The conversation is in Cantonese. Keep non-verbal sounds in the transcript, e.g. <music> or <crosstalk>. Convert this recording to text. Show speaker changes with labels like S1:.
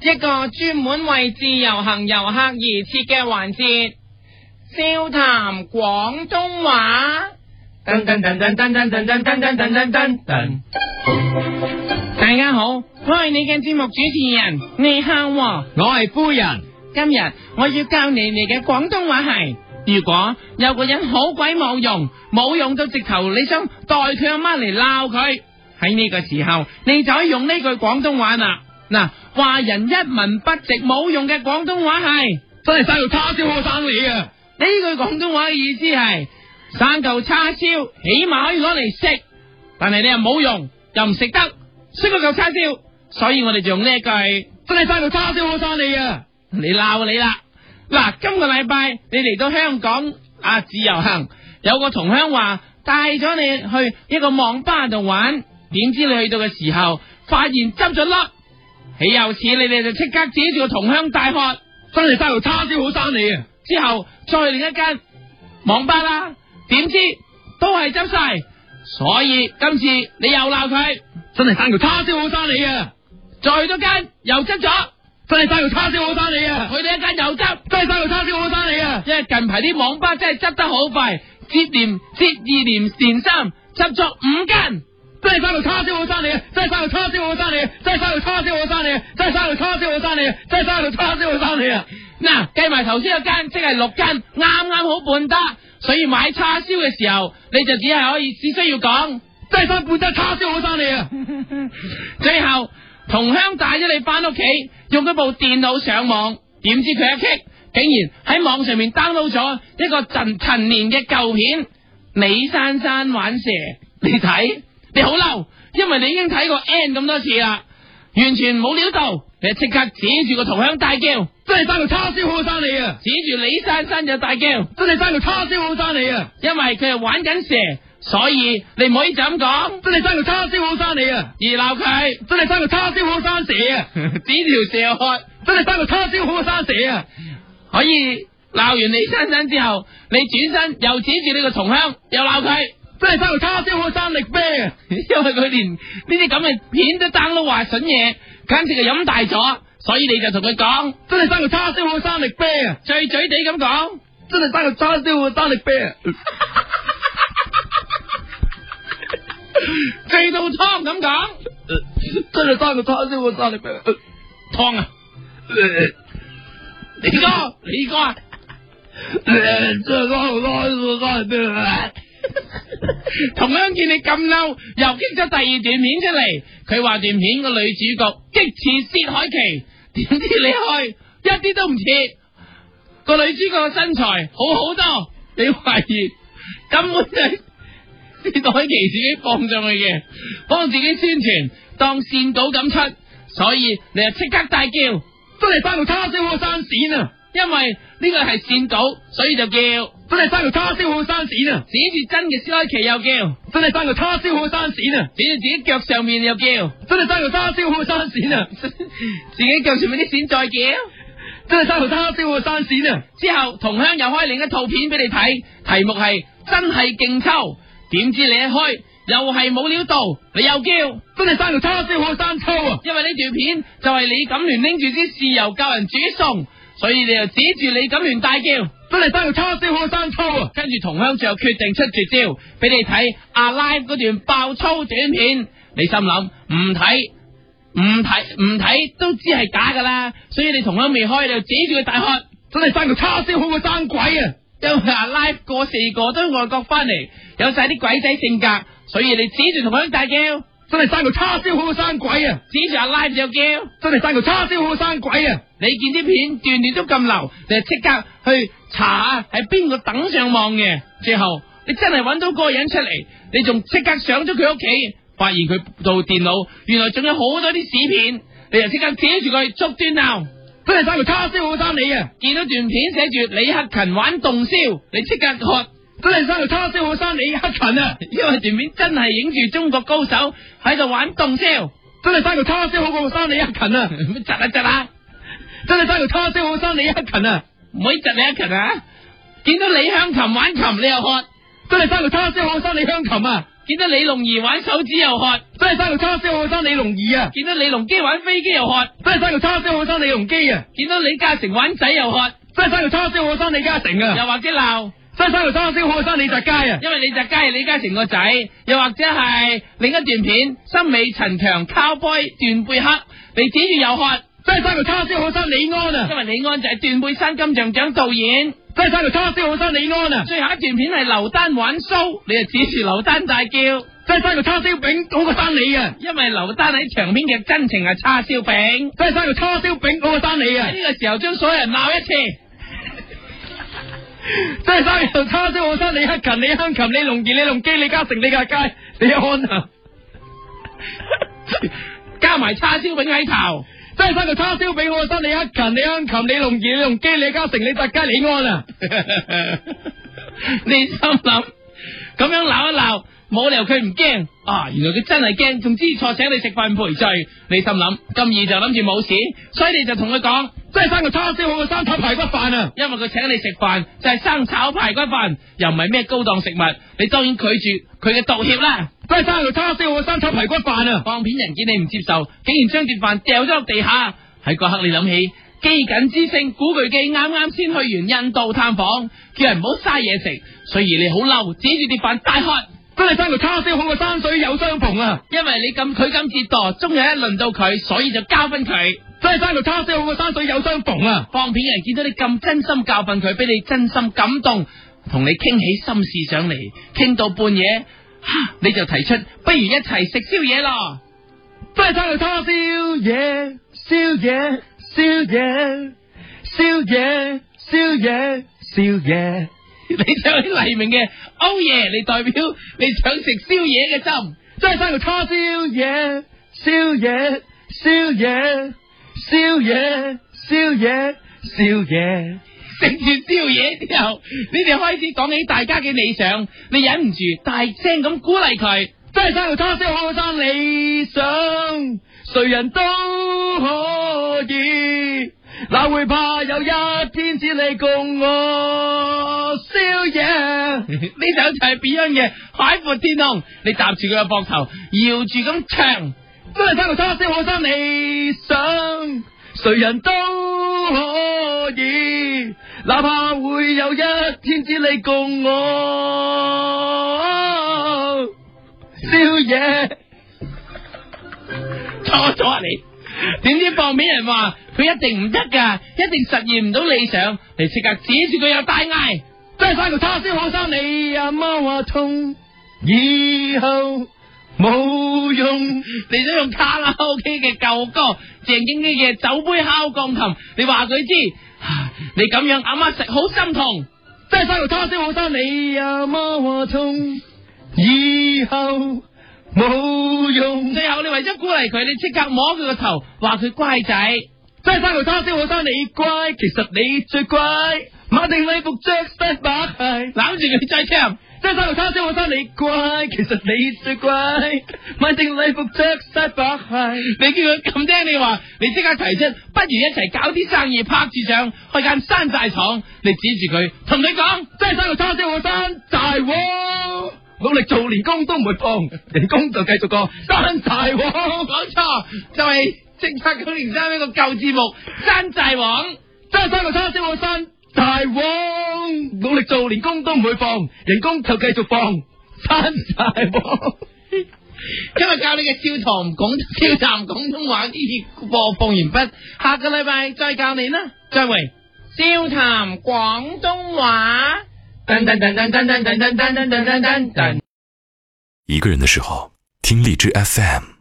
S1: 一個專門為自由行遊客而設嘅環節，笑談廣東話。
S2: 噔噔噔噔噔噔噔噔噔噔噔噔噔。
S1: 大家好，我係你嘅節目主持人，你好喎、
S2: 我係夫人，
S1: 今日我要教你哋嘅廣東話係，如果有個人好鬼冇用，冇用到直頭你想代佢阿媽嚟鬧佢，喺呢個時候你就可以用呢句廣東話啦。嗱，話人一文不值冇用嘅廣東話係。
S2: 真係生到叉燒好生你啊！
S1: 呢句廣東話嘅意思係生嚿叉燒，起碼可以攞嚟食，但係你又冇用，又唔食得，衰過嚿叉燒，所以我哋就用呢一句，
S2: 真係生到叉燒好生你啊！
S1: 你鬧你啦。嗱，今個禮拜你嚟到香港啊自由行，有個同鄉話帶咗你去一個網吧度玩，點知你去到嘅時候，發現執咗粒，豈有此理！你哋就即刻指住個同鄉大喝。
S2: 真係生到叉燒好生你啊！
S1: 之後再去另一間網吧啦，點知都係執晒，所以今次你又鬧佢，
S2: 真係生到叉燒好生你啊！
S1: 再去多間又執咗，
S2: 真係生到叉燒好生你啊！
S1: 去到一間又執，
S2: 真係生到叉燒好生你啊！
S1: 因為近排啲網吧真係執得好快，接連接二連連三執咗五間，
S2: 真係生到叉燒好生你啊！真係生到叉燒好生你啊！真係生到叉燒好生你啊！真係生到叉燒好生你啊！真係生到叉燒好生你啊！
S1: 嗱計埋頭先嗰間即係六間，啱啱好半打，所以買叉燒嘅時候你就只係可以只需要講。
S2: 真係生半隻叉燒好生你啊！
S1: 最後同鄉帶咗你翻屋企，用佢部電腦上網，點知佢一 k 竟然喺網上面 download 咗一個陳陳年嘅舊片《李珊珊玩蛇》，你睇你好嬲，因為你已經睇過 N 咁多次啦，完全冇料到，你即刻指住個同鄉大叫，
S2: 真係生到叉燒好生你啊！
S1: 指住李珊珊就大叫，
S2: 真係生到叉燒好生你啊！
S1: 因為佢係玩緊蛇，所以你唔可以就咁講
S2: 真係生到叉燒好生你啊！
S1: 而鬧佢。 <laughs>
S2: 真係生到叉燒好生蛇啊！
S1: 指條蛇開，
S2: 真係生到叉燒好生蛇啊！
S1: 可以鬧完李珊珊之後，你轉身又指住呢個同鄉，又鬧佢， <laughs>
S2: 真係生到叉燒好生力啤啊！
S1: 因為佢連呢啲咁嘅片都 download 話筍嘢，簡直係飲大咗，所以你就同佢講，
S2: 真係生到叉燒好生力啤啊！
S1: 醉醉地咁講，
S2: 真係生到叉燒好生力啤啊！
S1: 醉到湯咁講，
S2: 真係生到叉燒好生力啤啊！
S1: 湯啊，你哥，你哥啊，
S2: 真係生到叉燒好生力啤啊！
S1: 同樣見你咁嬲，又激咗第二段片出嚟。佢話段片個女主角激似薛凱琪，點知你開一啲都唔似。個女主角嘅身材好好多，你懷疑根本就係薛凱琪自己放上去嘅，幫自己宣傳當線稿咁出，所以你就即刻大叫，
S2: 真係生到叉燒好生鱔啊！
S1: 因為呢個係線稿，所以就叫。
S2: 真係生到叉燒好生鱔啊！
S1: 指住真嘅薛凱琪又叫，
S2: 真係生到叉燒好生鱔啊！
S1: 指住自己腳上面又叫。
S2: 真係生到叉燒好生鱔啊！
S1: <laughs> 自己腳上面啲線再叫，
S2: 真係生到叉燒好生鱔啊！
S1: 之後同鄉又開另一套片俾你睇，題目係真係勁抽，點知你一開又係冇料到，你又叫，
S2: 真係生到叉燒好生抽啊！
S1: 因為呢段片就係李錦聯拎住支豉油教人煮餸，所以你就指住李錦聯大叫，
S2: 真係生到叉燒好生抽啊！
S1: 跟住同鄉最後決定出絕招，俾你睇阿 live 嗰段爆粗短片，你心諗唔睇。唔睇唔睇都知係假噶啦，所以你同鄉未開你就指住佢大喝，
S2: 真係生到叉燒好過生鬼啊！
S1: 因為阿 Live 個四個都外國翻嚟，有晒啲鬼仔性格，所以你指住同佢大叫，指
S2: 真係生到叉燒好過生鬼啊！
S1: 住阿 Live 就叫。
S2: 真係生到叉燒好過生鬼啊！
S1: 你見啲片段段都咁流，你就即刻去查下係邊個等上網嘅。最後你真係揾到嗰個人出嚟，你仲即刻上咗佢屋企，發現佢部電腦原來仲有好多啲屎片，你就即刻指住佢捉端鬧。
S2: 真係生到叉燒好生你啊！
S1: 見到段片寫住李克勤玩洞簫，你即刻喝。
S2: 真係生到叉燒好生李克勤啊！
S1: 因為段片真係影住中國高手喺度玩洞簫，
S2: 真係生到叉燒好過生李克勤啊！
S1: <laughs> 窒下窒下，
S2: 真係生到叉燒好生李克勤啊！
S1: 唔可以窒你一勤啊！見到李香琴玩琴，你又喝，
S2: 真係生到叉燒好生李香琴啊！
S1: 见到李龍兒玩手指又喝，
S2: 真系生条叉烧好生李龍二啊！
S1: 見到李龍基玩飛機又喝，
S2: 真系生条叉烧好生李龍基啊！
S1: 見到李嘉誠玩仔又喝，
S2: 真系生条叉烧好生李嘉誠啊！
S1: 又或者鬧，
S2: 真系生条叉烧好生李澤楷啊！
S1: 因為李澤楷係李嘉誠個仔，又或者係另一段片，森美陳強 cowboy 斷背黑，你指住又喝，
S2: 真系生條叉燒好生李安
S1: 因
S2: 啊！
S1: 為李安就係斷背山金像獎導演。
S2: 真系生條叉燒好生李安啊！
S1: 最後一段片係劉丹玩騷，你就指住劉丹大叫，因
S2: 真系生條叉燒餅好過生你啊！
S1: 為劉丹喺長篇嘅真情係叉燒餅。
S2: 真系生條叉燒餅好過生你啊
S1: 喺！呢個時候將所有人鬧一次，
S2: 真係生條叉燒好生李克勤、李克勤、李龍兒、李龍基、李嘉誠、李家佳、李安啊！
S1: 加埋叉燒餅喺頭。
S2: 真係生條叉燒俾我生李克勤、李克勤、李龍兒、李龍基、李嘉誠、李澤楷、李安啊！
S1: 你心谂咁样闹一闹，冇理由佢唔惊啊！原来佢真系惊，仲知错请你食饭赔罪。你心谂咁易就谂住冇事，所以你就同佢讲，
S2: 真係生條叉燒好過生炒排骨飯啊！
S1: 因為佢請你食飯就係生炒排骨飯，又唔係咩高檔食物，你當然拒絕佢嘅道歉啦。
S2: 真係生條叉燒好過生炒排骨飯啊！
S1: 放片人見你唔接受，竟然將碟飯掉咗落地下。喺嗰刻你諗起機緊之星古巨基啱啱先去完印度探訪，叫人唔好嘥嘢食，所以你好嬲，指住碟飯大喝。
S2: 真係生條叉燒好過山水有相逢啊！
S1: 因為你咁佢咁折墮，終有一輪到佢，所以就教訓佢。
S2: 真係生條叉燒好過山水有相逢啊！
S1: 放片人見到你咁真心教訓佢，俾你真心感動，同你傾起心事上嚟，傾到半夜，哈你就提出不如一齊食宵夜咯。
S2: 真係生條叉燒嘢，燒嘢，燒嘢，燒嘢，燒嘢，燒嘢。
S1: <laughs> 你唱起黎明嘅歐耶嚟代表你想食宵夜嘅心。
S2: 真係生條叉燒嘢，燒嘢，燒嘢，燒嘢，燒嘢，燒嘢。
S1: 食住宵夜之後，你哋開始講起大家嘅理想，你忍唔住大聲咁鼓勵佢。
S2: 真係生條叉燒好過生理想，誰人都可以，哪會怕有一天只你共我燒嘢？
S1: 呢首就係 Beyond 嘅《海闊天空》，你搭住佢嘅膊頭，搖住咁唱。
S2: 真係生條叉燒好過生理想，誰人都可以，哪怕會有一天只你共我燒嘢。
S1: 錯咗啊你！點知放俾人話佢一定唔得㗎，一定實現唔到理想。你即刻指住佢又大嗌，
S2: 真係生條叉燒好生你阿媽話痛，以後冇用。
S1: 你想用卡拉 OK 嘅舊歌，鄭經基嘅酒杯敲鋼琴，你話佢知，唉你咁樣阿媽食好心痛。
S2: 真係生條叉燒好生你阿媽話痛，以後冇用。
S1: 最後你為咗鼓勵佢，你即刻摸佢個頭，話佢乖仔。
S2: 真係生條叉燒好生你乖，其實你最乖。馬定禮服着西白鞋，
S1: 攬住佢再唱，
S2: 真係生條叉燒好生你乖，其實你最乖。馬定禮服着西白鞋。
S1: 你叫佢咁聽你話，你即刻提出，不如一齊搞啲生意，拍住上開間山寨廠。你指住佢，同佢講，
S2: 真係生到叉燒好山大鑊，努力做連工都唔會放，人工就繼續過山大
S1: 冇
S2: 鑊。
S1: 講錯，就係政策九零三一個舊節目《山寨王》。
S2: 真係生到叉燒好山大鑊，努力做連工都唔會放，人工就繼續放山大鑊。
S1: 今日教你嘅笑堂廣笑談廣東話呢播放完畢，下個禮拜再教你啦，再會。笑談廣東話。噔噔噔噔噔噔噔噔噔噔噔噔。
S3: 一个人的时候，听荔枝 FM。